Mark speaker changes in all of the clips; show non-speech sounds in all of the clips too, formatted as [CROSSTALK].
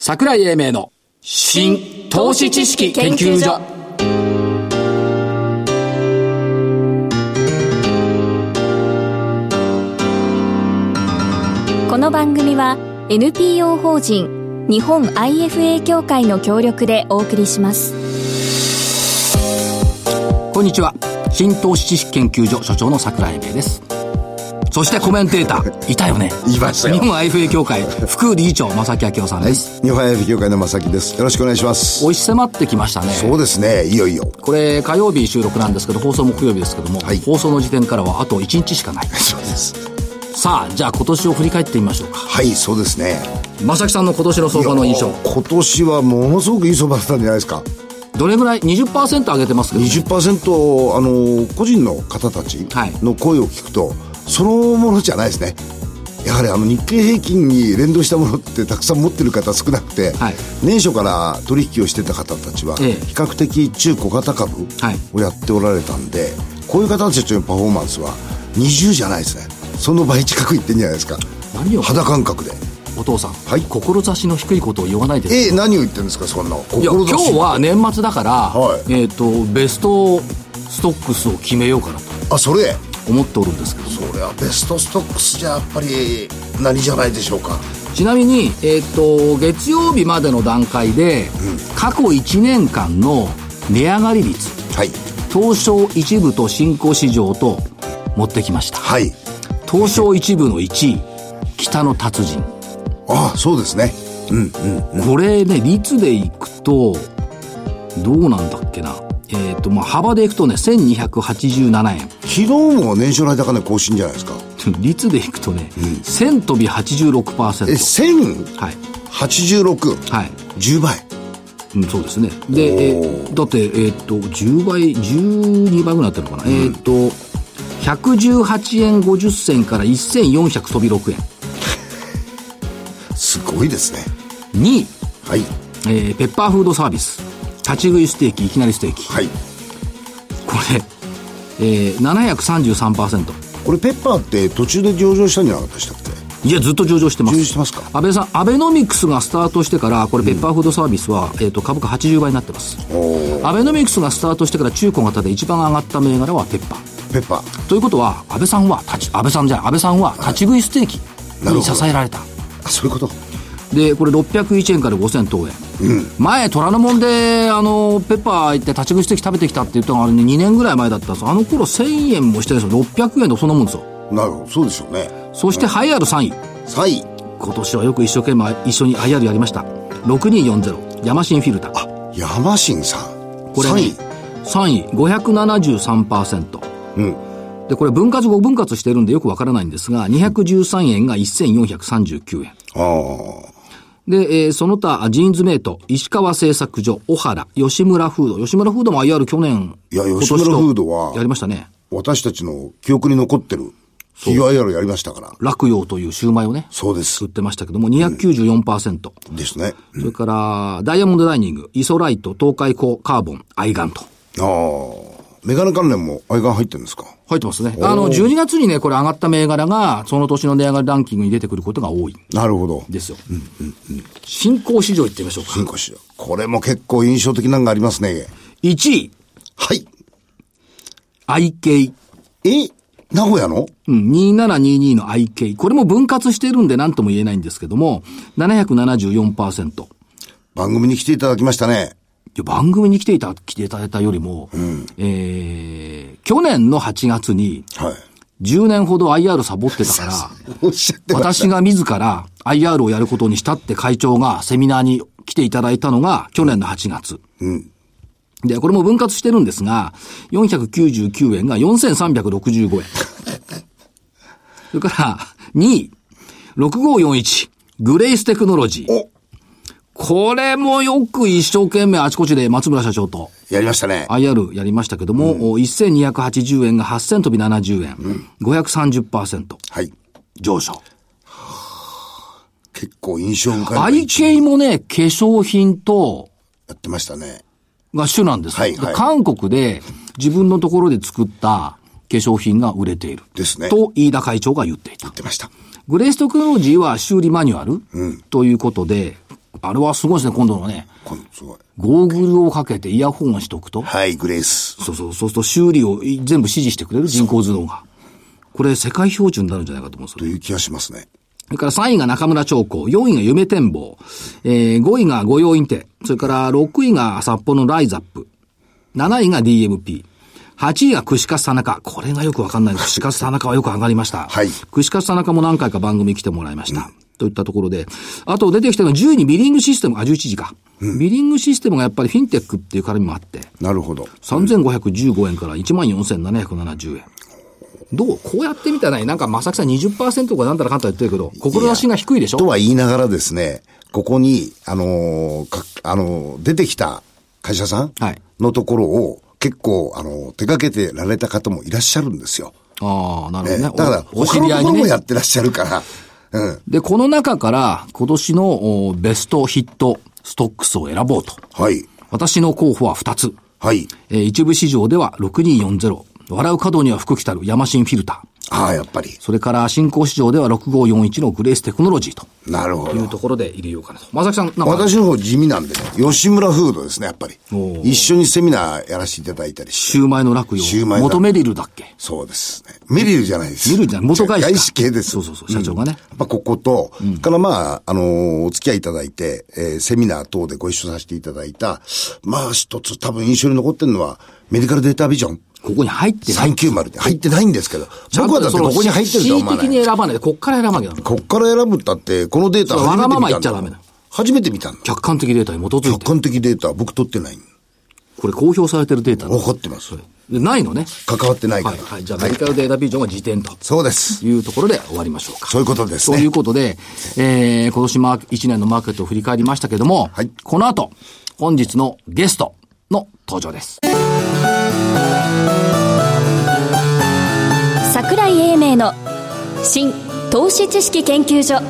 Speaker 1: 桜井英明の新投資知識研究所
Speaker 2: この番組は NPO 法人日本 IFA 協会の協力でお送りします
Speaker 1: こんにちは新投資知識研究所所長の桜井英明ですそしてコメンテーターいたよね
Speaker 3: いましたよ
Speaker 1: 日本 IFA 協会副理事長正木明夫さんです、
Speaker 3: 日本アイビ協会の正木です。よろしくお願いします。
Speaker 1: 追い迫ってきましたね
Speaker 3: そうですね、いよいよ。
Speaker 1: これ火曜日収録なんですけど放送木曜日ですけども、
Speaker 3: はい
Speaker 1: 放送の時点からはあと1日しかない
Speaker 3: そうです。
Speaker 1: さあじゃあ今年を振り返ってみましょうか
Speaker 3: はい、そうですね。
Speaker 1: 正木さんの今年の相場の印象
Speaker 3: 今年はものすごくいい相場だったんじゃないですか。
Speaker 1: どれぐらい20%上げてますけど、ね、
Speaker 3: 20%、あの、個人の方たち
Speaker 1: はい
Speaker 3: の声を聞くと、そのものじゃないですね。やはりあの日経平均に連動したものってたくさん持ってる方少なくて、
Speaker 1: はい
Speaker 3: 年初から取引をしてた方たちは比
Speaker 1: ええ
Speaker 3: 較的中小型株
Speaker 1: はい
Speaker 3: をやっておられたんで、こういう方たちのパフォーマンスは20じゃないですねその倍近くいってんじゃないですか
Speaker 1: 何を
Speaker 3: 肌感覚で
Speaker 1: お父さん、
Speaker 3: はい
Speaker 1: 志の低いことを言わないで
Speaker 3: えー何を言ってるんですかそんな
Speaker 1: えいや今日は年末だから、
Speaker 3: はい
Speaker 1: えっ、とベストストックスを決めようかなと
Speaker 3: あそれ
Speaker 1: 思っておるんですけど
Speaker 3: それはベストストックスじゃやっぱり何じゃないでしょうか
Speaker 1: ちなみに、えっと月曜日までの段階で、過去1年間の値上がり率
Speaker 3: はい
Speaker 1: 東証一部と新興市場と持ってきました
Speaker 3: はい
Speaker 1: 東証一部の1位北の達人
Speaker 3: あそうですねうんうん
Speaker 1: これね、率でいくと、どうなんだっけな。えっ、と、まあ、幅でいくとね、1287円。
Speaker 3: 昨日も年初来高値更新じゃないですか
Speaker 1: 率でいくとね、1000飛び86%。
Speaker 3: え1086
Speaker 1: はい。はい。
Speaker 3: 10倍
Speaker 1: うん、そうですね。で、え
Speaker 3: お
Speaker 1: だって、えっ、と、10倍、12倍ぐらいになってるのかな。えっ、と、118円50銭から1400飛び6円。
Speaker 3: すごいですね
Speaker 1: 2位、
Speaker 3: はい
Speaker 1: えーペッパーフードサービス。立ち食いステーキ、いきなりステーキ。
Speaker 3: はい
Speaker 1: これ、えー、733%。
Speaker 3: これペッパーって途中で上場したんじゃなかったでしたっけ
Speaker 1: いや、ずっと上場してま
Speaker 3: 上場
Speaker 1: す。
Speaker 3: してますか
Speaker 1: 安倍さん、アベノミクスがスタートしてから、これ、ペッパーフードサービスは、えっ、と、株価80倍になってます。アベノミクスがスタートしてから中古型で一番上がった銘柄はペッパー。
Speaker 3: ペッパー
Speaker 1: ということは、安倍さんは、立ち、安倍さんじゃない、安倍さんは、立ち食いステーキ
Speaker 3: なる
Speaker 1: に
Speaker 3: ほど
Speaker 1: 支えられた。
Speaker 3: あそういうこと
Speaker 1: で、これ601円から5000等円。前、虎ノ門で、あの、ペッパー行って立ち食いステーキ食べてきたって言ったのがあれね、2年ぐらい前だったんですあの頃1000円もしてないですよ。600円とかそんなもんですよ。
Speaker 3: なるほどそうでしょうね
Speaker 1: そして、栄えある3位。
Speaker 3: 3位
Speaker 1: 今年はよく一生懸命一緒に IR やりました6240ヤマシンフィルター
Speaker 3: ヤマシンさん
Speaker 1: これ
Speaker 3: 3
Speaker 1: ね
Speaker 3: 位
Speaker 1: 3位573%
Speaker 3: うん
Speaker 1: でこれ分割5分割してるんでよくわからないんですが213円が1439円
Speaker 3: ああ
Speaker 1: で、えーその他ジーンズメイト石川製作所小原吉村フード吉村フードも IR 去年
Speaker 3: いや
Speaker 1: 今年
Speaker 3: 吉
Speaker 1: と
Speaker 3: 村フードは
Speaker 1: やりましたね
Speaker 3: 私たちの記憶に残ってる TIR やりましたから
Speaker 1: 落葉というシューマイをね
Speaker 3: そうです
Speaker 1: 売ってましたけども294%、
Speaker 3: ですね
Speaker 1: それからダイヤモンドダイニングイソライト東海コカーボンアイガンと
Speaker 3: ああメガネ関連も愛玩入ってるんですか
Speaker 1: 入ってますね。あの、12月にね、これ上がった銘柄が、その年の値上がりランキングに出てくることが多いん
Speaker 3: なるほど
Speaker 1: ですよ。新興市場行ってみましょうか。
Speaker 3: 進行市場これも結構印象的なのがありますね
Speaker 1: 1位、
Speaker 3: はい
Speaker 1: IK。
Speaker 3: え名古屋の
Speaker 1: うん、2722の IK。これも分割してるんで何とも言えないんですけども、774%。い
Speaker 3: 番組に来ていただきましたね
Speaker 1: や番組に来ていた、来ていただいたよりも、えー、去年の8月に、
Speaker 3: はい
Speaker 1: 10年ほど IR サボってたから、
Speaker 3: おっしゃってました
Speaker 1: 私が自ら IR をやることにしたって会長がセミナーに来ていただいたのが去年の8月。で、これも分割してるんですが、499円が4365円。それから、2位、6541、グレイステクノロジー。
Speaker 3: お
Speaker 1: これもよく一生懸命あちこちで松村社長と
Speaker 3: やりましたね
Speaker 1: IR やりましたけども、お1280円が8000飛び70円、530%
Speaker 3: はい
Speaker 1: 上昇。
Speaker 3: 結構印象深い
Speaker 1: IK もね、化粧品と、
Speaker 3: やってましたね
Speaker 1: が主なんですよ、
Speaker 3: はいはい
Speaker 1: で韓国で自分のところで作った化粧品が売れている。
Speaker 3: ですね
Speaker 1: と、飯田会長が言っていた
Speaker 3: やっ。てました
Speaker 1: グレーステクノロジーは修理マニュアル、ということで、あれはすごいですね、今度のね。
Speaker 3: こんすごい。
Speaker 1: ゴーグルをかけてイヤホンをしとくと。
Speaker 3: はい、グレース。
Speaker 1: そうそう、そうすると修理をい全部指示してくれる人工頭脳が。これ世界標準になるんじゃないかと思うんですよ
Speaker 3: という気がしますね。
Speaker 1: それから3位が中村長子、4位が夢展望、えー、5位が御用院定、それから6位が札幌のライザップ、7位が DMP、8位が串カツ田中。これがよくわかんない。串カツ田中はよく上がりました。
Speaker 3: はい
Speaker 1: 串カツ田中も何回か番組来てもらいました。といったところで、あと出てきたのは10位にビリングシステム、あ、11時か。ビリングシステムがやっぱりフィンテックっていう絡みもあって、
Speaker 3: なるほど。
Speaker 1: 3515円から14,770円。どうこうやってみたらね、なんか正木さん20%とかなんたらかんたら言ってるけど、志が低いでし
Speaker 3: と
Speaker 1: ょ
Speaker 3: は言いながらですね、ここに、あのーか、あのー出てきた会社さん
Speaker 1: はい
Speaker 3: のところを、結構、あのー手掛けてられた方もいらっしゃるんですよ。
Speaker 1: ああ、なるほど
Speaker 3: ね、
Speaker 1: ね
Speaker 3: だ。から、
Speaker 1: おお
Speaker 3: 他
Speaker 1: 知
Speaker 3: の
Speaker 1: り合
Speaker 3: と
Speaker 1: い
Speaker 3: ころ
Speaker 1: に
Speaker 3: も
Speaker 1: ね
Speaker 3: や。ってらっしゃるから、うん。
Speaker 1: で、この中から今年のおベストヒットストックスを選ぼうと。
Speaker 3: はい。
Speaker 1: 私の候補は2つ。
Speaker 3: はい。
Speaker 1: えー一部市場では6240。笑う角には福来たるヤマシンフィルター。
Speaker 3: ああ、やっぱり。
Speaker 1: それから新興市場では6541のグレーステクノロジーと
Speaker 3: なるほ
Speaker 1: いう
Speaker 3: ど。
Speaker 1: ところで入れようかなと。正木さん、なんか
Speaker 3: 私の方地味なんでね、吉村フードですね、やっぱり
Speaker 1: お。
Speaker 3: 一緒にセミナーやらせていただいたりし
Speaker 1: シ
Speaker 3: て。
Speaker 1: ューマイの楽
Speaker 3: シュー
Speaker 1: 用。
Speaker 3: マイの
Speaker 1: 元メリルだっけ
Speaker 3: そうですね。メリルじゃないです。
Speaker 1: メリルじゃない元外資か
Speaker 3: 外資系です。
Speaker 1: そうそうそう社長がね
Speaker 3: んやっぱここと、からまあ、あのーお付き合いいただいて、えーセミナー等でご一緒させていただいた、まあ一つ多分印象に残ってるのは、メディカルデータビジョン。
Speaker 1: ここに入ってない。
Speaker 3: 390って入ってないんですけど、僕はだって
Speaker 1: その
Speaker 3: ここに入ってるとは思わ
Speaker 1: 恣意的
Speaker 3: ない。
Speaker 1: に選ばないで、こっから選ばなきゃダメ。
Speaker 3: こっから選ぶったって、このデータ
Speaker 1: そう
Speaker 3: 初め
Speaker 1: わが
Speaker 3: て見たんだ
Speaker 1: まま言っちゃダメだ
Speaker 3: 初めて見たんだ。
Speaker 1: 客観的データに基づい
Speaker 3: 客
Speaker 1: て。
Speaker 3: 観的データは僕取ってない。
Speaker 1: これ公表されてるデータ
Speaker 3: 分かってます。
Speaker 1: でないのね。
Speaker 3: 関わってないか
Speaker 1: は
Speaker 3: ら。
Speaker 1: い。はい。じゃあ、メディカルデータビジョンは時点と
Speaker 3: そうです。
Speaker 1: いうところで終わりましょうか。
Speaker 3: そういうことです
Speaker 1: という
Speaker 3: ね。
Speaker 1: ことで、えー、今年マーケ1年のマーケットを振り返りましたけども、
Speaker 3: はい
Speaker 1: この後、本日のゲストの登場です。
Speaker 2: 桜井英明の新投資知識研究所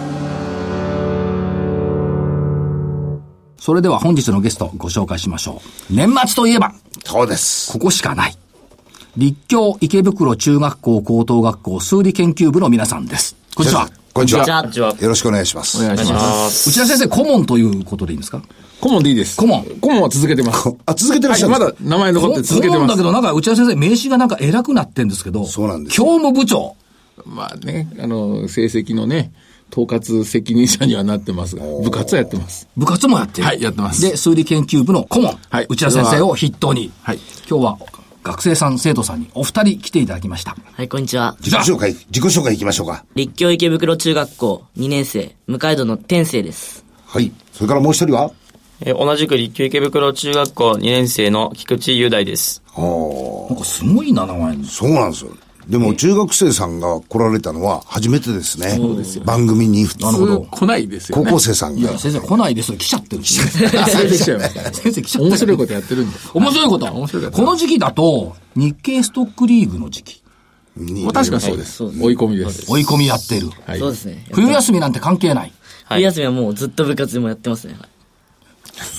Speaker 1: それでは本日のゲストご紹介しましょう。年末といえば、
Speaker 3: そうです。
Speaker 1: ここしかない。立教池袋中学校高等学校数理研究部の皆さんです。こんにちは。
Speaker 3: こんにち
Speaker 4: じゃあ、
Speaker 3: は。
Speaker 4: じゃあ、
Speaker 3: よろしくお願いします。
Speaker 4: お願いします。
Speaker 1: 内田先生、顧問ということでいいんですか
Speaker 4: 顧問でいいです。
Speaker 1: 顧問
Speaker 4: 顧問は続けてます。
Speaker 3: あ、続けてらっ
Speaker 4: は
Speaker 3: しゃ
Speaker 4: い、
Speaker 3: る
Speaker 4: ま
Speaker 3: んです
Speaker 4: だ
Speaker 3: か
Speaker 4: 名前残って続けて
Speaker 1: 顧問
Speaker 4: ま
Speaker 1: だ
Speaker 4: す
Speaker 1: け。ど、なんか内田先生、名刺がなんか偉くなってんですけど。
Speaker 3: そうなんですよ
Speaker 1: 教務部長。
Speaker 4: まあね、あの、成績のね、統括責任者にはなってますが、部活はやってます。
Speaker 1: 部活もやってる。
Speaker 4: はいやってます
Speaker 1: で、数理研究部の顧問。
Speaker 4: はい
Speaker 1: 内田先生を筆頭に。
Speaker 4: はい
Speaker 1: 今日は、学生さん、生徒さんにお二人来ていただきました。
Speaker 5: はい、こんにちは。
Speaker 3: 自己紹介、自己紹介いきましょうか。
Speaker 5: 立教池袋中学校2年生、向井戸の天生です。
Speaker 3: はい。それからもう一人は
Speaker 6: えー同じく立教池袋中学校2年生の菊池雄大です。
Speaker 3: ああ、
Speaker 1: なんかすごいな、名前。
Speaker 3: そうなんですよ。でも、中学生さんが来られたのは初めてですね。そうですよ。番組に普通、
Speaker 4: 普通来ないですよ
Speaker 3: 高
Speaker 4: ね。
Speaker 3: 校生さん
Speaker 1: い
Speaker 3: が
Speaker 1: や、。先生来ないですよ。来ちゃってる。
Speaker 4: [LAUGHS]
Speaker 1: 先
Speaker 4: 生。連れてきちゃいますから。
Speaker 1: 生来ちゃってる。
Speaker 4: [LAUGHS] 面白いことやってるんです。
Speaker 1: 面白いこと。
Speaker 4: 面白いこと
Speaker 1: この時期だと、日経ストックリーグの時期。
Speaker 4: まあ確かにそうです。追い込みです。
Speaker 1: 追い込みやってる。
Speaker 4: はい
Speaker 5: そうですね。
Speaker 1: 冬休みなんて関係ない。
Speaker 5: 冬休みはもうずっと部活でもやってますね。はい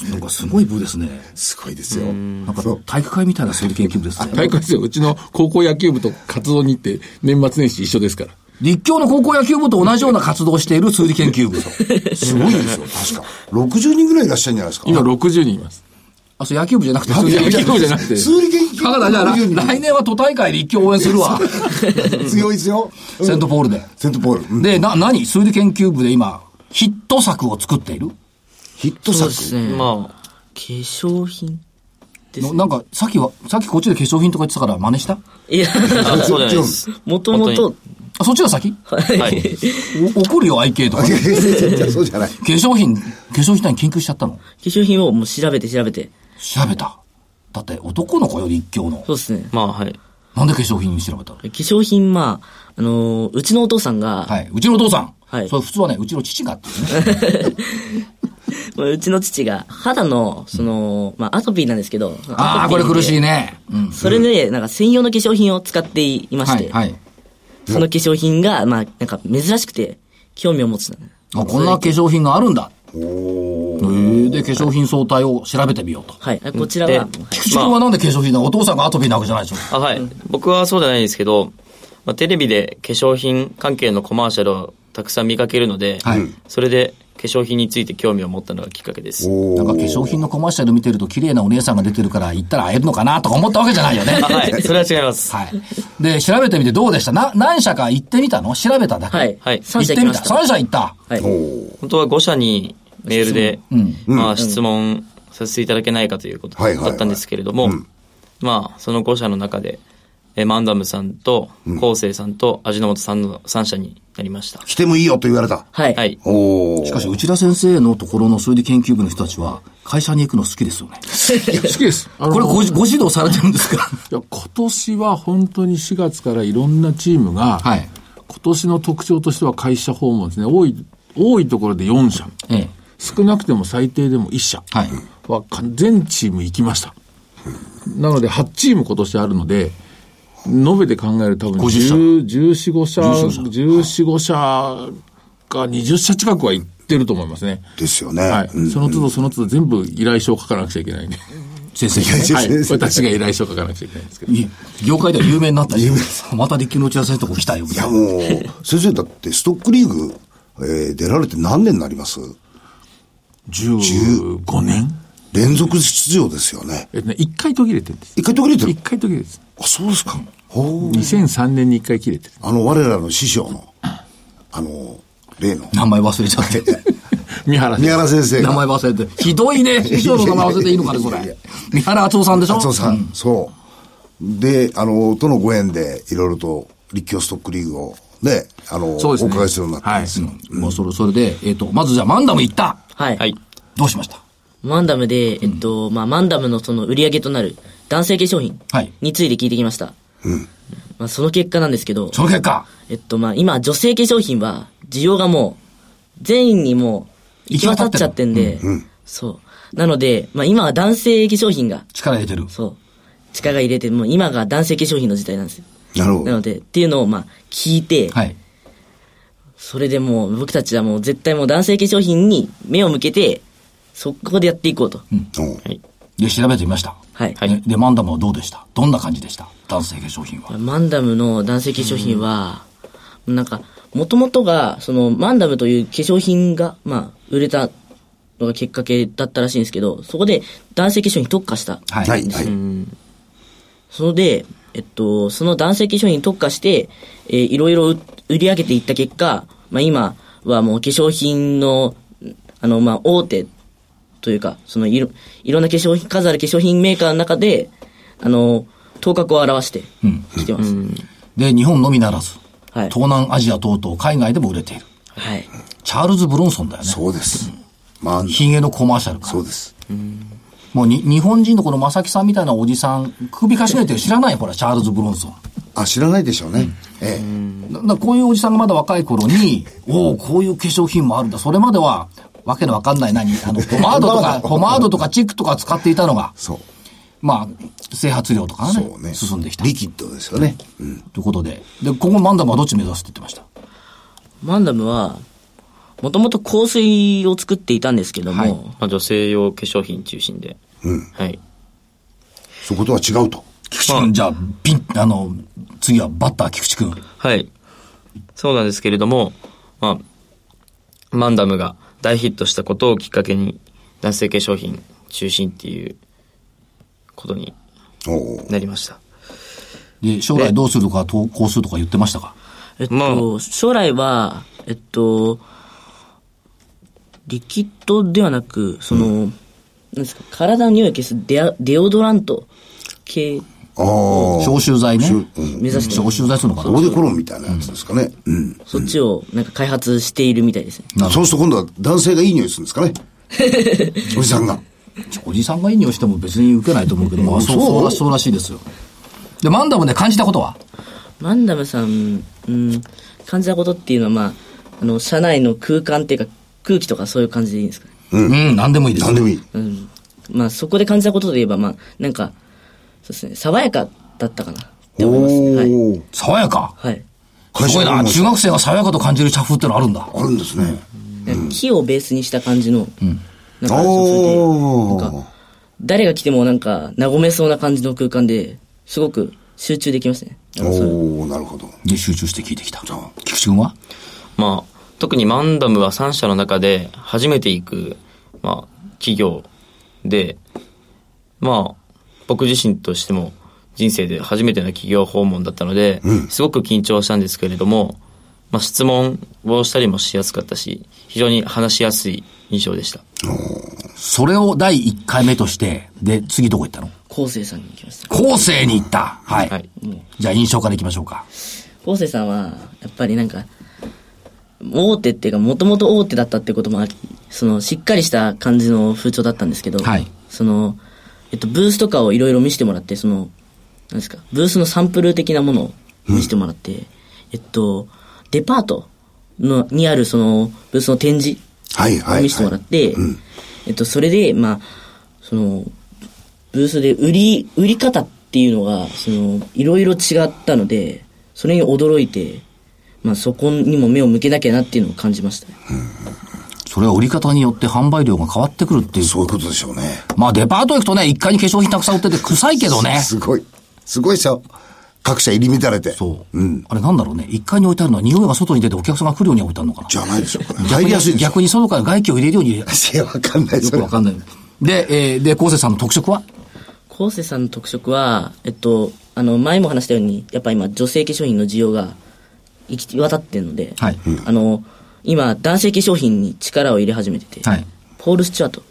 Speaker 1: なんかすごい部ですね。
Speaker 3: すごいですよ。
Speaker 1: なんか体育会みたいなそういう研究部です
Speaker 4: 大
Speaker 1: ね。
Speaker 4: 会ですよ。うちの高校野球部と活動に行って、年末年始一緒ですから。
Speaker 1: 立教の高校野球部と同じような活動をしている数理研究 [LAUGHS] 部と。
Speaker 3: すごいですよ。確か。60人ぐらいいらっしゃるんじゃないですか。
Speaker 4: 今60人います。
Speaker 1: あ、そう野球部じゃなくて数
Speaker 4: 野
Speaker 1: 理研究
Speaker 4: 球部じゃなくて。
Speaker 3: 数理研究
Speaker 1: 部。だから、じゃあ
Speaker 3: 60
Speaker 1: 来年は都大会立教応援する [LAUGHS] わ。
Speaker 3: 人強いですよ。うん
Speaker 1: セントポールで。
Speaker 3: セントポール。うん
Speaker 1: で、な、何数理研究部で今、ヒット作を作っている
Speaker 3: ヒット
Speaker 5: そう
Speaker 3: 作
Speaker 5: で。すね。まあ、化
Speaker 6: まあ、
Speaker 5: 粧品です
Speaker 1: のなんか、さっきは、さっきこっちで化粧品とか言ってたから真似した
Speaker 5: いや、 [LAUGHS]
Speaker 6: あそうじゃないです。
Speaker 5: もともと、
Speaker 1: あ、そっちが先
Speaker 6: はい。
Speaker 1: お怒るよ、IK [LAUGHS] とか。化
Speaker 3: [LAUGHS] いやそうじゃない。
Speaker 1: 粧品、化粧品単に研究しちゃったの
Speaker 5: 粧品をもう調べて調べて。
Speaker 1: 調べた。だって男の子より一強の。
Speaker 5: そうですね。
Speaker 6: まあ、はい。
Speaker 1: なんで化粧品に調べたの
Speaker 5: 化粧品、まあ、あのーうちのお父さんが、
Speaker 1: はい。うちのお父さん。
Speaker 5: はい
Speaker 1: それ普通はね、うちの父がっていうね。
Speaker 5: まあうちの父が、肌の、その、まあ、アトピーなんですけど、
Speaker 1: ああ、これ苦しい
Speaker 5: ね。
Speaker 1: ね。うん。
Speaker 5: それで、なんか専用の化粧品を使っていまし
Speaker 1: は
Speaker 5: て、
Speaker 1: い、はい。
Speaker 5: その化粧品が、まあ、なんか珍しくて、興味を持つな。
Speaker 1: あ、こんな化粧品があるんだ。おー。で、化粧品相対を調べてみようと。
Speaker 5: はい。こちらは、はい
Speaker 6: で
Speaker 1: 菊池君はなんで化粧品なのお父さんがアトピーなわけじゃないでしょ。
Speaker 6: あ、はい。僕はそうじゃないんですけど、まあ、テレビで化粧品関係のコマーシャルをたくさん見かけるので、
Speaker 1: はい
Speaker 6: それで化粧品について興味を持ったのがきっかけです。
Speaker 3: お
Speaker 1: なんか化粧品のコマーシャル見てると綺麗なお姉さんが出てるから行ったら会えるのかなとか思ったわけじゃないよね。
Speaker 6: あはい、それは違います。
Speaker 1: はい。で、調べてみてどうでしたな、何社か行ってみたの調べただけ。
Speaker 5: はい。
Speaker 6: はい
Speaker 5: 3
Speaker 1: 行
Speaker 5: 社
Speaker 1: って
Speaker 5: 行き
Speaker 1: み
Speaker 5: ま
Speaker 1: た。
Speaker 5: した。
Speaker 1: 3社行った。
Speaker 5: はい。
Speaker 6: 本当は5社にメールで、まあ、質問させていただけないかということ
Speaker 3: はいはいはい
Speaker 6: だったんですけれども、まあ、その5社の中で、えーマンダムさんと、コウセイさんと、味の素さんの3社になりました。
Speaker 3: 来てもいいよと言われた。
Speaker 5: はい。
Speaker 6: はい。
Speaker 3: おお。
Speaker 1: しかし、内田先生のところの数理研究部の人たちは、会社に行くの好きですよね。
Speaker 4: [LAUGHS] 好きです。あの
Speaker 1: これご、ご指導されてるんですか
Speaker 4: いや今年は本当に4月からいろんなチームが、
Speaker 1: はい
Speaker 4: 今年の特徴としては会社訪問ですね。多い、多いところで4社。
Speaker 1: ええ。
Speaker 4: 少なくても最低でも1社
Speaker 1: はい
Speaker 4: はか全チーム行きました。なので8チーム今年あるので、延べで考えると多分
Speaker 1: 50
Speaker 4: 10 14、5社、14、5社か20社近くは行ってると思いますね。
Speaker 3: ですよね。
Speaker 4: はい。
Speaker 3: うん
Speaker 4: その都度その都度全部依頼書を書かなくちゃいけない
Speaker 3: [LAUGHS]
Speaker 4: んで。
Speaker 1: 先生、
Speaker 3: や
Speaker 4: はい
Speaker 3: 先生。
Speaker 4: 私が依頼書を書かなくちゃいけないんですけど。
Speaker 1: い業界では有名になったし、また立球の内田先生のとこ来たよ。
Speaker 3: いやもう、先生だってストックリーグ、えー出られて何年になります
Speaker 4: 15年
Speaker 3: 連続出場ですよね。
Speaker 4: えっとね、1回途切れてるんです。
Speaker 3: 一回途切れて
Speaker 4: 1
Speaker 3: る。
Speaker 4: 回途切れてるんです。
Speaker 3: あ、そうですか。ほう。
Speaker 4: 2003年に1回切れてる。
Speaker 3: あの、我らの師匠の、あの、例の、
Speaker 1: 名前忘れちゃ
Speaker 3: [LAUGHS]
Speaker 1: って。
Speaker 4: 三原
Speaker 3: 宮原先生
Speaker 1: 名
Speaker 3: が。
Speaker 1: 前忘れて。ひどいね。師匠の名前忘れていいのかね、そ
Speaker 3: いやいや
Speaker 1: れ。三原敦夫さんでしょ
Speaker 3: 松尾さん、そう。で、あの、とのご縁で、いろいろと、立教ストックリーグを、ね、あの、
Speaker 1: そう
Speaker 3: お
Speaker 1: ですね
Speaker 3: 伺いするようになったんですよ。
Speaker 1: うんもうそれ、それで、えっ、と、まずじゃあマンダム行った。
Speaker 5: はい。
Speaker 6: はい。
Speaker 1: どうしました
Speaker 5: マンダムで、えっと、まあ、マンダムのその売り上げとなる男性化粧品
Speaker 1: はい
Speaker 5: について聞いてきました。まあ、その結果なんですけど、
Speaker 1: その結果。
Speaker 5: えっと、まあ、今、女性化粧品は、需要がもう、全員にもう、行き渡っちゃってんで、そう。なので、まあ、今は男性化粧品が、
Speaker 1: 力入れてる。
Speaker 5: そう、力入れて、もう今が男性化粧品の時代なんですよ。
Speaker 3: なるほど
Speaker 5: なの。で、っていうのを、まあ、聞いて、
Speaker 1: はい。
Speaker 5: それでもう、僕たちはもう、絶対もう男性化粧品に目を向けて、そこでやっていこうと。
Speaker 3: うん
Speaker 1: で、調べてみました。
Speaker 5: はい。
Speaker 6: はい
Speaker 1: ねで、マンダムはどうでしたどんな感じでした男性化粧品は。
Speaker 5: マンダムの男性化粧品は、なんか、もともとが、その、マンダムという化粧品が、まあ、売れたのがきっかけだったらしいんですけど、そこで男性化粧品に特化した。
Speaker 1: はい。
Speaker 3: はい、はい。
Speaker 5: それで、えっと、その男性化粧品に特化して、えーいろいろ売売り上げていった結果、まあ今はもう化粧品の、あの、まあ大手というか、そのいろ、いろんな化粧品、数ある化粧品メーカーの中で、あの、頭角を表してきてます。
Speaker 1: で、日本のみならず、
Speaker 5: はい。
Speaker 1: 東南アジア等々海外でも売れている。
Speaker 5: はい。
Speaker 1: チャールズ・ブロンソンだよね。
Speaker 3: そうです。まあ、
Speaker 1: ヒゲのコマーシャルから
Speaker 3: そうです。
Speaker 1: もうに日本人のこの正木さんみたいなおじさん、首かしげてる知らないほら、チャールズ・ブロンソン。
Speaker 3: あ、知らないでしょうね。え
Speaker 1: だだこういうおじさんがまだ若い頃に、おお、こういう化粧品もあるんだ。それまでは、わけのわかんない何、
Speaker 3: [LAUGHS]
Speaker 1: あの、ポマードとか、ポマードとかチックとか使っていたのが
Speaker 3: え。、そう。
Speaker 1: まあ、整髪料とかがね
Speaker 3: そうね。
Speaker 1: 進んできた。
Speaker 3: リキッドですよね。うん。
Speaker 1: ということで。で、今後マンダムはどっち目指すって言ってました
Speaker 5: マンダムは、もともと香水を作っていたんですけども、
Speaker 1: はい
Speaker 6: まあ、女性用化粧品中心で。はい。
Speaker 3: そことは違うと。
Speaker 1: 菊池君、じゃあ、ピン、あの、次はバッター菊池君。
Speaker 6: はい。そうなんですけれども、まあ、マンダムが大ヒットしたことをきっかけに、男性化粧品中心っていうことに
Speaker 3: おー
Speaker 6: なりました。
Speaker 1: で、将来どうするとか、とこうするとか言ってましたか
Speaker 5: えっと、
Speaker 6: ま
Speaker 5: 将来は、えっと、リキッドではなく、その、なんですか、体の匂いを消すデアデオドラント系、
Speaker 3: ああ。
Speaker 1: 消臭剤ね。
Speaker 5: 目指して
Speaker 1: 消臭剤するのか
Speaker 3: オ
Speaker 1: な
Speaker 3: ーデコロンみたいなやつですかね。うん。
Speaker 5: そっちをなんか開発しているみたいですね。
Speaker 1: なるほど
Speaker 3: そうすると今度は男性がいい匂いするんですかね。おじさんが。
Speaker 1: おじさんがいい匂いしても別に受けないと思うけど、まあ、そう、
Speaker 3: そう
Speaker 1: そうらそうらしいですよ。で、マンダムで感じたことは
Speaker 5: マンダムさん、うん、感じたことっていうのは、まあ、あの、社内の空間っていうか、空気とかそういう感じでいいんですかね。
Speaker 1: うん、何でもいいです。
Speaker 3: 何でもいい。
Speaker 5: うん。まあ、そこで感じたことで言えば、まあ、なんか、そうですね、爽やかだったかなって思いますね。はい。
Speaker 3: おー。
Speaker 1: 爽やか。
Speaker 5: はい。
Speaker 3: 会
Speaker 1: す
Speaker 3: 社
Speaker 1: ごい
Speaker 3: でも
Speaker 1: な。中学生が爽やかと感じる社風ってのあるんだ。
Speaker 3: あるんですね。
Speaker 5: 木をベースにした感じの、なんか、
Speaker 3: お
Speaker 5: なん
Speaker 3: ー
Speaker 5: か。誰が来てもなんか、和めそうな感じの空間で、すごく集中できますね。なんかそういう
Speaker 3: おー、なるほど。
Speaker 1: で、集中して聞いてきた。菊池君は
Speaker 6: まあ、特にマンダムは3社の中で初めて行く、まあ、企業で、まあ、僕自身としても人生で初めての企業訪問だったので、すごく緊張したんですけれども、まあ、質問をしたりもしやすかったし、非常に話しやすい印象でした。
Speaker 1: それを第1回目として、で、次どこ行ったの
Speaker 5: 昴生さんに行きました。
Speaker 1: 後世に行った。はい。
Speaker 6: はい
Speaker 1: じゃあ、印象から行きましょうか。
Speaker 5: 昴生さんは、やっぱりなんか、大手っていうか、もともと大手だったってこともあり、その、しっかりした感じの風潮だったんですけど、
Speaker 1: はい
Speaker 5: その、えっと、ブースとかをいろいろ見せてもらって、その、なんですか、ブースのサンプル的なものを見せてもらって、えっと、デパートの、にあるその、ブースの展示
Speaker 3: はいはい、はい。
Speaker 5: 見せてもらって、えっと、それで、まあ、その、ブースで売り、売り方っていうのが、その、いろいろ違ったので、それに驚いて、まあ、そこにも目を向けなきゃなっていうのを感じましたね。
Speaker 1: それは売り方によって販売量が変わってくるっていう。
Speaker 3: そういうことでしょうね。
Speaker 1: まあ、デパート行くとね、1階に化粧品たくさん売ってて臭いけどね。
Speaker 3: すごい。すごいですよ。各社入り乱れて。
Speaker 1: そう。あれなんだろうね。1階に置いてあるのは匂いが外に出てお客さんが来るように置いてあるのかな。
Speaker 3: じゃないでしょうかね。入りやすいですよ。
Speaker 1: 逆に外から外気を入れるように。よ
Speaker 3: いやわかんないです
Speaker 1: くわかんない。で、えー、で、昴生さんの特色は
Speaker 5: 昴生さんの特色は、えっと、あの、前も話したように、やっぱ今、女性化粧品の需要が行き渡ってるので、
Speaker 1: はい
Speaker 5: あの、今、男性化粧品に力を入れ始めてて、
Speaker 1: はい
Speaker 5: ポール・スチュアート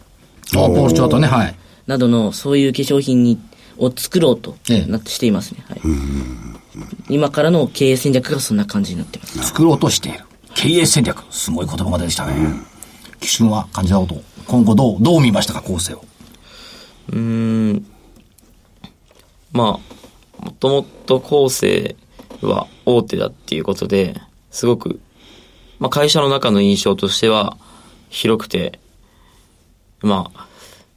Speaker 1: あポールチャートね、はい。
Speaker 5: などのそういう化粧品にを作ろうと
Speaker 1: ええ
Speaker 5: なってしていますね、はい、今からの経営戦略がそんな感じになってます
Speaker 1: 作ろうとしている。経営戦略。すごい言葉が出てきたね。基準は感じたこと。今後どう、どう見ましたか、構成を。
Speaker 6: うーんまあ、もともと後世は大手だっていうことで、すごく、まあ会社の中の印象としては広くて、まあ、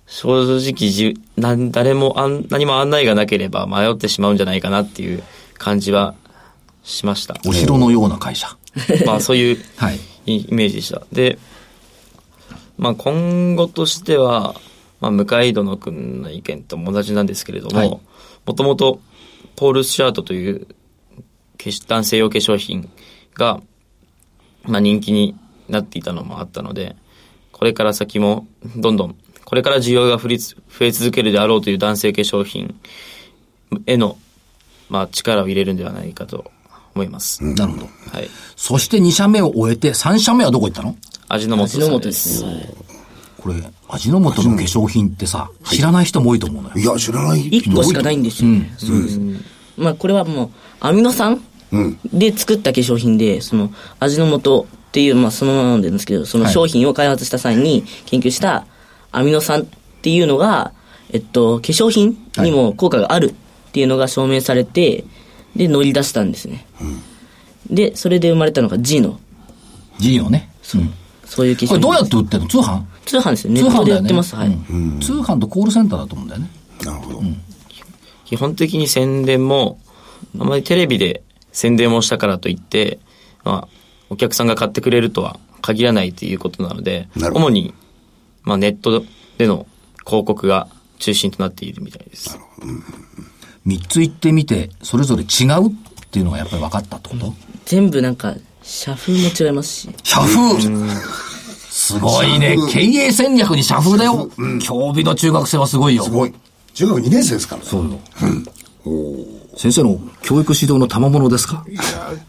Speaker 6: 正直じな、誰もあん、何も案内がなければ迷ってしまうんじゃないかなっていう感じはしました。
Speaker 1: お城のような会社。
Speaker 6: まあそういう
Speaker 1: はい。
Speaker 6: いイメージでした。で、まあ、今後としては、まあ、向井殿君の意見とも同じなんですけれども、
Speaker 1: はい
Speaker 6: もともとポール・スチャートという化粧男性用化粧品が、まあ、人気になっていたのもあったので、これから先もどんどん、これから需要が降りつ増え続けるであろうという男性化粧品への、まあ、力を入れるんではないかと思います。
Speaker 1: なるほど。
Speaker 6: はい。
Speaker 1: そして2社目を終えて、3社目はどこ行ったの
Speaker 6: 味の素さん
Speaker 5: 味の素ですね、はい
Speaker 1: これ、味の素の化粧品ってさ、知らない人も多いと思うのよ。
Speaker 3: いや、知らない。
Speaker 5: 1個しかないんですよね、そうです、まあこれはもうアミノ酸で作った化粧品でその味の素っていう、まあ、そのままなんですけどその商品を開発した際に研究したアミノ酸っていうのが、えっと、化粧品にも効果があるっていうのが証明されてで乗り出したんですね、でそれで生まれたのが G の
Speaker 1: G のね。うん
Speaker 5: そういう化粧
Speaker 1: こ
Speaker 5: 品
Speaker 1: れどうやって売ってんの通販
Speaker 5: 通販ですよネ
Speaker 1: 通
Speaker 5: ット
Speaker 1: 販
Speaker 5: で
Speaker 1: だ
Speaker 5: や
Speaker 1: よ
Speaker 5: っ
Speaker 1: ね。
Speaker 5: てます、はい、
Speaker 1: うん通販とコールセンターだと思うんだよね。
Speaker 3: なるほど。
Speaker 6: 基本的に宣伝も、あまりテレビで宣伝をしたからといって、まあ、お客さんが買ってくれるとは限らないということなので、
Speaker 3: なるほど
Speaker 6: 主に、まあ、ネットでの広告が中心となっているみたいです。
Speaker 1: 3つ行ってみて、それぞれ違うっていうのがやっぱり分かったってこと
Speaker 5: 全部なんか社風も違いますし
Speaker 1: 社風すごいね。経営戦略に社風だよ。競技の中学生はすごいよ
Speaker 3: す。ごい。中学2年生ですからね。
Speaker 1: そうよ。先生の教育指導の賜物ですか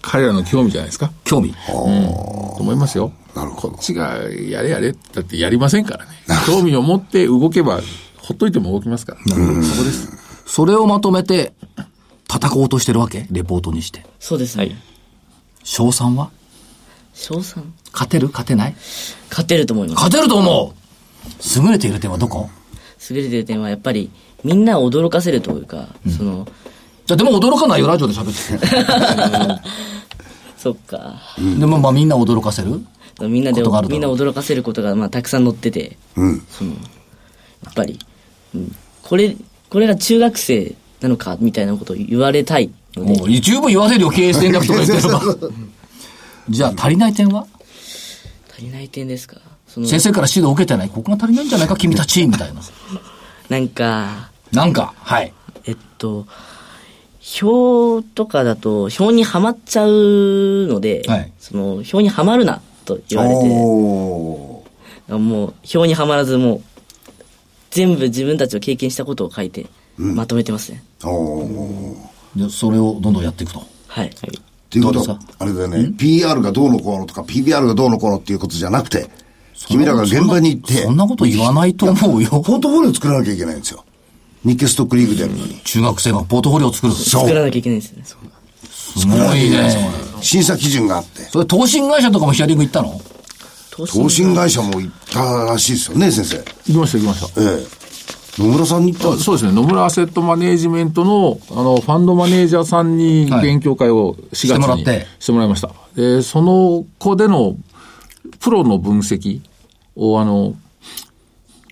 Speaker 4: 彼らの興味じゃないですか。
Speaker 1: 興味。
Speaker 4: と思いますよ。
Speaker 3: なるほど
Speaker 4: こっちがやれやれってだってやりませんからね。興味を持って動けば、ほっといても動きますから。そこです。
Speaker 1: それをまとめて、叩こうとしてるわけレポートにして。
Speaker 5: そうですね、
Speaker 6: はい。
Speaker 1: 賞賛は
Speaker 5: 賞賛
Speaker 1: 勝てる勝てない
Speaker 5: 勝てると思います
Speaker 1: 勝てると思う優れている点はどこ
Speaker 5: 優れてる点はやっぱりみんなを驚かせるというか、その
Speaker 1: じゃあでも驚かないよ、ラジオで喋ってて。
Speaker 5: そっか
Speaker 1: でもまあみんな驚かせる
Speaker 5: みんなで
Speaker 1: ことがあるだろ
Speaker 5: み
Speaker 1: うん
Speaker 5: な驚かせることがまあたくさん載ってて、そのやっぱり、うんこれこれが中学生なのかみたいなことを言われたいので
Speaker 1: もう十分言わせるよ、経営戦略とか言
Speaker 3: [LAUGHS]
Speaker 1: ってれば。じゃあ足りない点は
Speaker 5: 足りない点ですかその
Speaker 1: 先生から指導を受けてない。ここが足りないんじゃないか、君たち、みたいな。
Speaker 5: なんか
Speaker 1: なんか、はい。
Speaker 5: えっと表とかだと表にはまっちゃうので、
Speaker 1: はい
Speaker 5: その表にはまるなと言われて、
Speaker 3: おー
Speaker 5: もう、表にはまらず、もう、全部自分たちの経験したことを書いて、まとめてますね。
Speaker 3: おー
Speaker 1: でそれをどんどんやっていくと。
Speaker 5: はい。
Speaker 3: っていうこと
Speaker 1: どう
Speaker 3: は、あれだよね、PR がどうのこうのとか、PBR がどうのこうのっていうことじゃなくて、君らが現場に行って、
Speaker 1: そんなこと言わないと思うよ。
Speaker 3: ポートフォリオ作らなきゃいけないんですよ。日経ストックリーグでやるのに。
Speaker 1: 中学生がポートフォリオを作る。す
Speaker 3: そう
Speaker 5: 作らなきゃいけないですね。
Speaker 1: ごいね。
Speaker 3: 審査基準があって。
Speaker 1: それ、投信会社とかもヒアリング行ったの
Speaker 5: 投資
Speaker 3: 投信会社も行ったらしいですよね、先生。
Speaker 4: 行きました、行きました。
Speaker 3: ええ。野村さんに行ったんです
Speaker 4: そうですね、野村アセットマネージメントのあのファンドマネージャーさんに
Speaker 1: はい
Speaker 4: 勉強会を4月
Speaker 1: してもらっ
Speaker 4: に
Speaker 1: て
Speaker 4: してもらいました。で、その子でのプロの分析を、あの、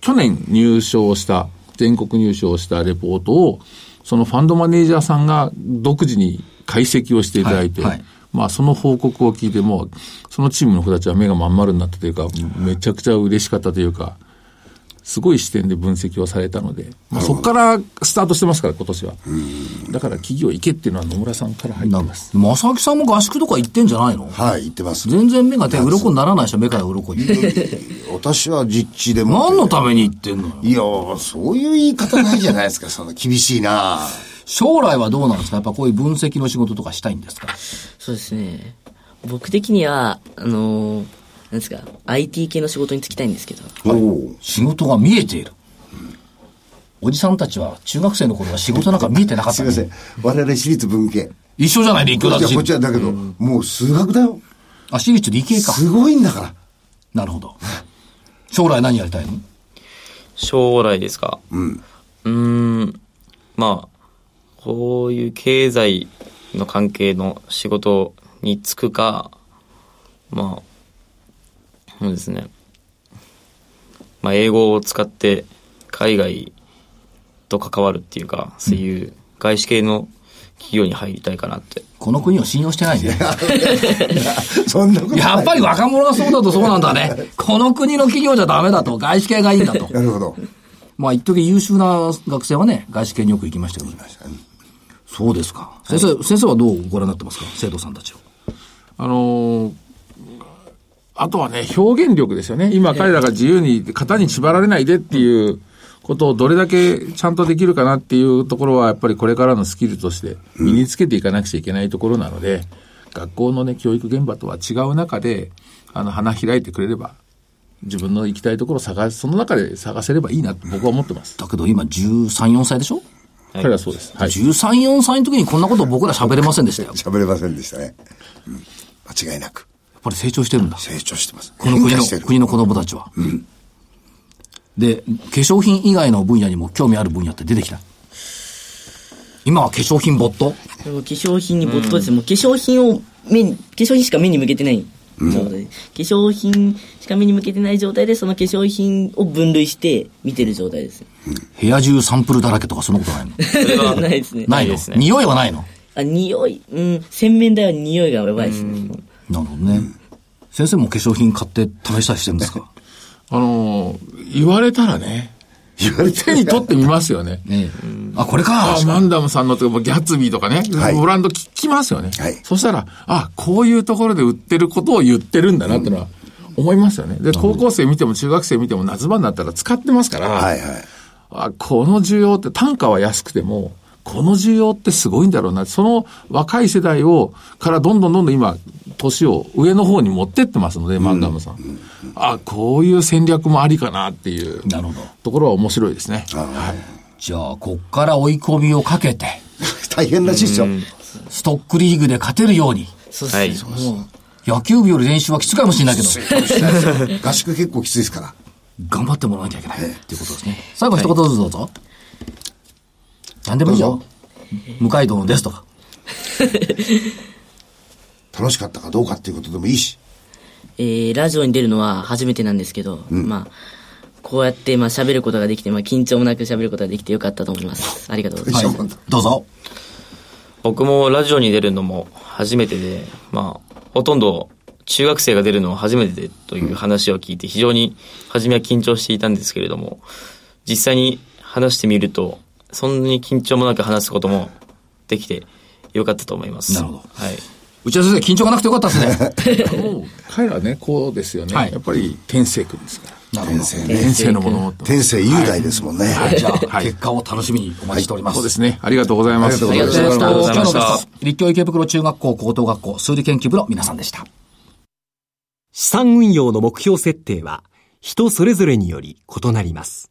Speaker 4: 去年入賞した、全国入賞したレポートを、そのファンドマネージャーさんが独自に解析をしていただいて、
Speaker 1: はいはい
Speaker 4: まあ、その報告を聞いても、そのチームの子たちは目がまん丸になったというか、めちゃくちゃ嬉しかったというか、すごい視点で分析をされたので、まあ、そこからスタートしてますから、今年は。だから企業行けっていうのは野村さんから入ってます。
Speaker 1: 正木さんも合宿とか行ってんじゃないの
Speaker 3: はい、行ってます。
Speaker 1: 全然目が手、鱗にならないでしょ、目から鱗に。
Speaker 3: 私は実地でも。
Speaker 1: 何のために行ってんのよ。
Speaker 3: いや、そういう言い方ないじゃないですか、その厳しいな
Speaker 1: 将来はどうなんですかやっぱこういう分析の仕事とかしたいんですか
Speaker 5: そうですね。僕的には、あのーなんですか、IT 系の仕事に就きたいんですけど、
Speaker 3: おお。
Speaker 1: 仕事が見えている。おじさんたちは中学生の頃は仕事なんか見えて [LAUGHS] なかった
Speaker 3: すい
Speaker 1: ね、
Speaker 3: ません。我々私立文系。
Speaker 1: 一緒じゃない立
Speaker 3: こ
Speaker 1: 教だ
Speaker 3: っちはこっ
Speaker 1: し
Speaker 3: ち。はだけど、もう数学だよ。
Speaker 1: あ、私立理系か。
Speaker 3: すごいんだ
Speaker 1: [LAUGHS]
Speaker 3: から。
Speaker 1: なるほど。将来何やりたいの
Speaker 6: 将来ですか
Speaker 3: うん。
Speaker 6: うーん、まあ、こういう経済の関係の仕事に就くか、まあ、そうですね。まあ、英語を使って海外と関わるっていうか、そういう外資系の企業に入りたいかなって。
Speaker 1: この国を信用してないね。
Speaker 3: そんなことない。
Speaker 1: やっぱり若者がそうだとそうなんだ [LAUGHS] ね。この国の企業じゃダメだと。外資系がいいんだと。
Speaker 3: なるほど。
Speaker 1: まあ、一時優秀な学生はね、外資系によく行きましたけど。そうですか。先生、先生はどうご覧になってますか生徒さんたちを。
Speaker 4: あのーあとはね、表現力ですよね。今彼らが自由に、型に縛られないでっていうことをどれだけちゃんとできるかなっていうところは、やっぱりこれからのスキルとして身につけていかなくちゃいけないところなので、学校のね、教育現場とは違う中で、あの、花開いてくれれば、自分の行きたいところを探す、その中で探せればいいなと僕は思ってます。
Speaker 1: だけど今13、4歳でしょ
Speaker 6: はい
Speaker 4: 彼らはそうです。はい。
Speaker 1: 13、4歳の時にこんなこと僕ら喋れませんでしたよ。や
Speaker 3: 喋れませんでしたね。うん間違いなく。
Speaker 1: っぱり成長してるんだ。
Speaker 3: 成長してます。
Speaker 1: この国
Speaker 3: 変化
Speaker 1: の
Speaker 3: して、る
Speaker 1: 国の子供たちは。で、化粧品以外の分野にも興味ある分野って出てきた。今は化粧品ボット
Speaker 5: でも化粧品に没頭です、もう化粧品を目に、化粧品しか目に向けてない状態で、化粧品しか目に向けてない状態で、その化粧品を分類して見てる状態です。
Speaker 1: 部屋中サンプルだらけとかそんなことないの
Speaker 5: [LAUGHS] ないですね。
Speaker 1: ないの
Speaker 6: ですね
Speaker 1: 匂いはないの
Speaker 5: あ、匂い、うん、洗面台は匂いがやばいですね。
Speaker 1: なるほどね。先生も化粧品買って試したりしてるんですか
Speaker 4: あのー言われたらね、
Speaker 3: 言われて
Speaker 4: 手に取ってみます
Speaker 3: [LAUGHS]
Speaker 4: よね。
Speaker 1: ええ。あ、これ
Speaker 4: あ
Speaker 1: か
Speaker 4: あ、マンダムさんのとか、もうギャッツビーとかね、
Speaker 3: はい
Speaker 4: ブランド聞きますよね。
Speaker 3: はい
Speaker 4: そしたら、あ、こういうところで売ってることを言ってるんだなってのは思いますよね。で、高校生見ても中学生見ても夏場になったら使ってますから、
Speaker 3: はいはい。
Speaker 4: あこの需要って、単価は安くても、この需要ってすごいんだろうな。その若い世代を、からどんどんどんどん今、年を上の方に持ってってますので、マンダムさん。あ、こういう戦略もありかなっていう
Speaker 1: なるほど。
Speaker 4: ところは面白いですね。はい。
Speaker 1: じゃあ、こっから追い込みをかけて、
Speaker 3: 大変らしいですよ。
Speaker 1: ストックリーグで勝てるように、
Speaker 5: そう
Speaker 6: はい
Speaker 5: ですね。もう
Speaker 1: 野球部より練習はきついかもしれないけど、
Speaker 3: 合宿結構きついですから。
Speaker 1: 頑張ってもらわなきゃいけないっていうことですね。最後一言ずつどうぞ。何でもいいよ。向井殿ですとか。
Speaker 3: 楽しかったかどうかっていうことでもいいし。
Speaker 5: えー、ラジオに出るのは初めてなんですけど、まあ、こうやって、まあ、喋ることができて、まあ、緊張もなく喋ることができてよかったと思います。ありがとうござい
Speaker 1: は
Speaker 5: ます。
Speaker 1: い
Speaker 3: そうなんだ。
Speaker 1: どうぞ。
Speaker 6: 僕もラジオに出るのも初めてで、まあ、ほとんど中学生が出るのは初めてでという話を聞いて、非常に初めは緊張していたんですけれども、実際に話してみると、そんなに緊張もなく話すこともできてよかったと思います。
Speaker 1: なるほど
Speaker 6: はい。
Speaker 1: 内田先生、緊張がなくてよかった [LAUGHS] ですね。
Speaker 4: もう彼らはね、こうですよね。
Speaker 1: はい
Speaker 4: やっぱり天性君ですから。
Speaker 1: なるほ
Speaker 3: 天
Speaker 1: ど。
Speaker 3: 性ね。
Speaker 4: 天性のものを持ってます
Speaker 3: 天性雄大ですもんね。
Speaker 1: はい、じゃあ、
Speaker 4: はい
Speaker 1: 結果を楽しみにお待ちしております。
Speaker 4: そうですね。ありがとうございます。
Speaker 3: ありがとうございま
Speaker 1: えー
Speaker 3: す
Speaker 1: と
Speaker 6: あり
Speaker 1: 今
Speaker 6: が
Speaker 1: 日
Speaker 6: とうございま
Speaker 1: の
Speaker 6: し
Speaker 1: 立教池袋中学校高等学校数理研究部の皆さんでした。
Speaker 7: 資産運用の目標設定は人それぞれにより異なります。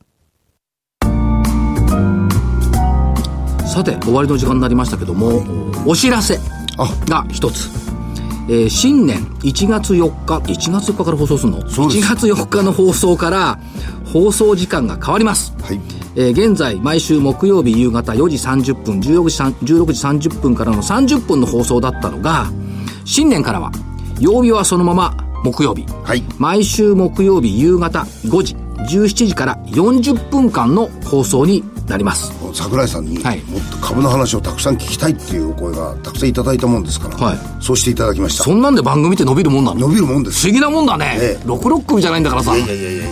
Speaker 1: さて、終わりの時間になりましたけども、お知らせが一つ。えー新年1月4日、1月4日から放送するの
Speaker 3: そう
Speaker 1: ?1
Speaker 3: です
Speaker 1: 月4日の放送から放送時間が変わります。
Speaker 3: はい。
Speaker 1: えー現在毎週木曜日夕方4時30分16時 ,16 時30分からの30分の放送だったのが新年からは曜日はそのまま木曜日、
Speaker 3: はい
Speaker 1: 毎週木曜日夕方5時17時から40分間の放送になります
Speaker 3: 桜井さんに、
Speaker 1: はい
Speaker 3: もっと株の話をたくさん聞きたいっていうお声がたくさんいただいたもんですから、
Speaker 1: はい
Speaker 3: そうしていただきました
Speaker 1: そんなんで番組って伸びるもんなの
Speaker 3: 伸びるもんです
Speaker 1: 不思議なもんだね、
Speaker 3: ええ
Speaker 1: 66組じゃないんだからさ
Speaker 3: いやいやいやいやいや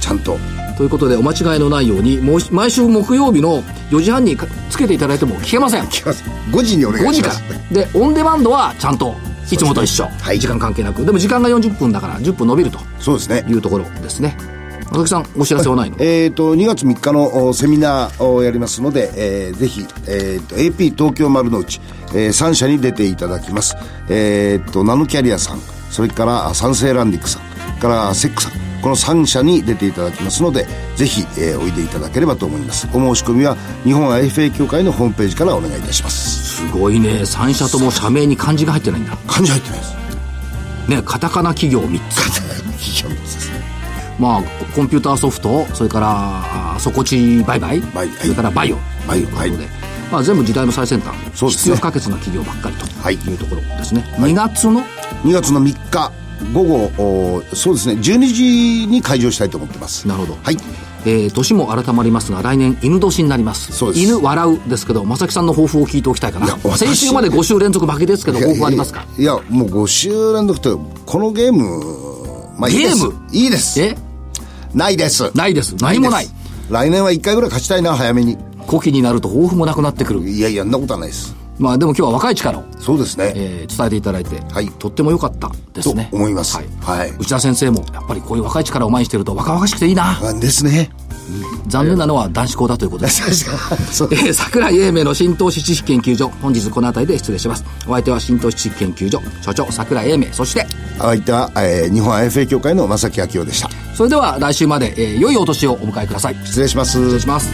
Speaker 3: ちゃんと
Speaker 1: ということでお間違いのないようにもうし毎週木曜日の4時半にかつけていただいても聞けません
Speaker 3: 聞きます5時にお願
Speaker 1: 5
Speaker 3: い
Speaker 1: 時
Speaker 3: し
Speaker 1: か
Speaker 3: ま
Speaker 1: ら
Speaker 3: す
Speaker 1: でオンデマンドはちゃんといつもと一緒、
Speaker 3: はい
Speaker 1: 時間関係なくでも時間が40分だから10分伸びると
Speaker 3: そうですね
Speaker 1: いうところですね佐々木さんお知らせはないの
Speaker 3: えー、と2月3日のおセミナーをやりますので、えーぜひ、えー、と AP 東京丸の内、え3社に出ていただきます、えー、とナノキャリアさんそれからあサンセイランディックさんそれからセックさんこの3社に出ていただきますのでぜひ、えーおいでいただければと思いますお申し込みは日本 IFA 協会のホームページからお願いいたします
Speaker 1: すごいね3社とも社名に漢字が入ってないんだ
Speaker 3: 漢字入ってない [LAUGHS] です
Speaker 1: ねカタカナ企業3つ
Speaker 3: 企業ですね
Speaker 1: まあコンピューターソフトそれからあ底地売買
Speaker 3: バイはい
Speaker 1: それからバイオ
Speaker 3: バイオ
Speaker 1: ということで、
Speaker 3: はい
Speaker 1: まあ、全部時代の最先端
Speaker 3: そうで
Speaker 1: 必
Speaker 3: すね
Speaker 1: 要不可欠な企業ばっかりと
Speaker 3: はい
Speaker 1: いうところですね、2月の
Speaker 3: 2月の3日午後おそうですね12時に開場したいと思ってます
Speaker 1: なるほど
Speaker 3: はい
Speaker 1: えー年も改まりますが来年犬年になります
Speaker 3: そうです
Speaker 1: 犬笑うですけど正木さんの抱負を聞いておきたいかない
Speaker 3: や私
Speaker 1: 先週まで5週連続負けですけど抱負ありますか
Speaker 3: いやいやもう5週連続とこのゲームまあいいです
Speaker 1: ゲーム
Speaker 3: いいです
Speaker 1: え
Speaker 3: ないです
Speaker 1: ないです何もない
Speaker 3: です来年は1回ぐらい勝ちたいな早めに
Speaker 1: 古希になると抱負もなくなってくる
Speaker 3: いやいやそんなことはないです
Speaker 1: まあでも今日は若い力を、
Speaker 3: そうですね、
Speaker 1: えー伝えていただいて、
Speaker 3: はい
Speaker 1: とっても良かったですね
Speaker 3: と思います
Speaker 1: はい
Speaker 3: はい
Speaker 1: 内田先生もやっぱりこういう若い力を前にしてると若々しくていい [LAUGHS] な
Speaker 3: あですね [LAUGHS]
Speaker 1: 残念なのは男子校だということです
Speaker 3: そう
Speaker 1: えー桜井英明の新投資知識研究所本日この辺りで失礼しますお相手は新投資知識研究所所長桜井英明そして
Speaker 3: 相手は、えー日本 IFA 協会の正木明夫でした
Speaker 1: それでは来週まで、えー良いお年をお迎えください。
Speaker 3: 失礼します
Speaker 1: 失礼します。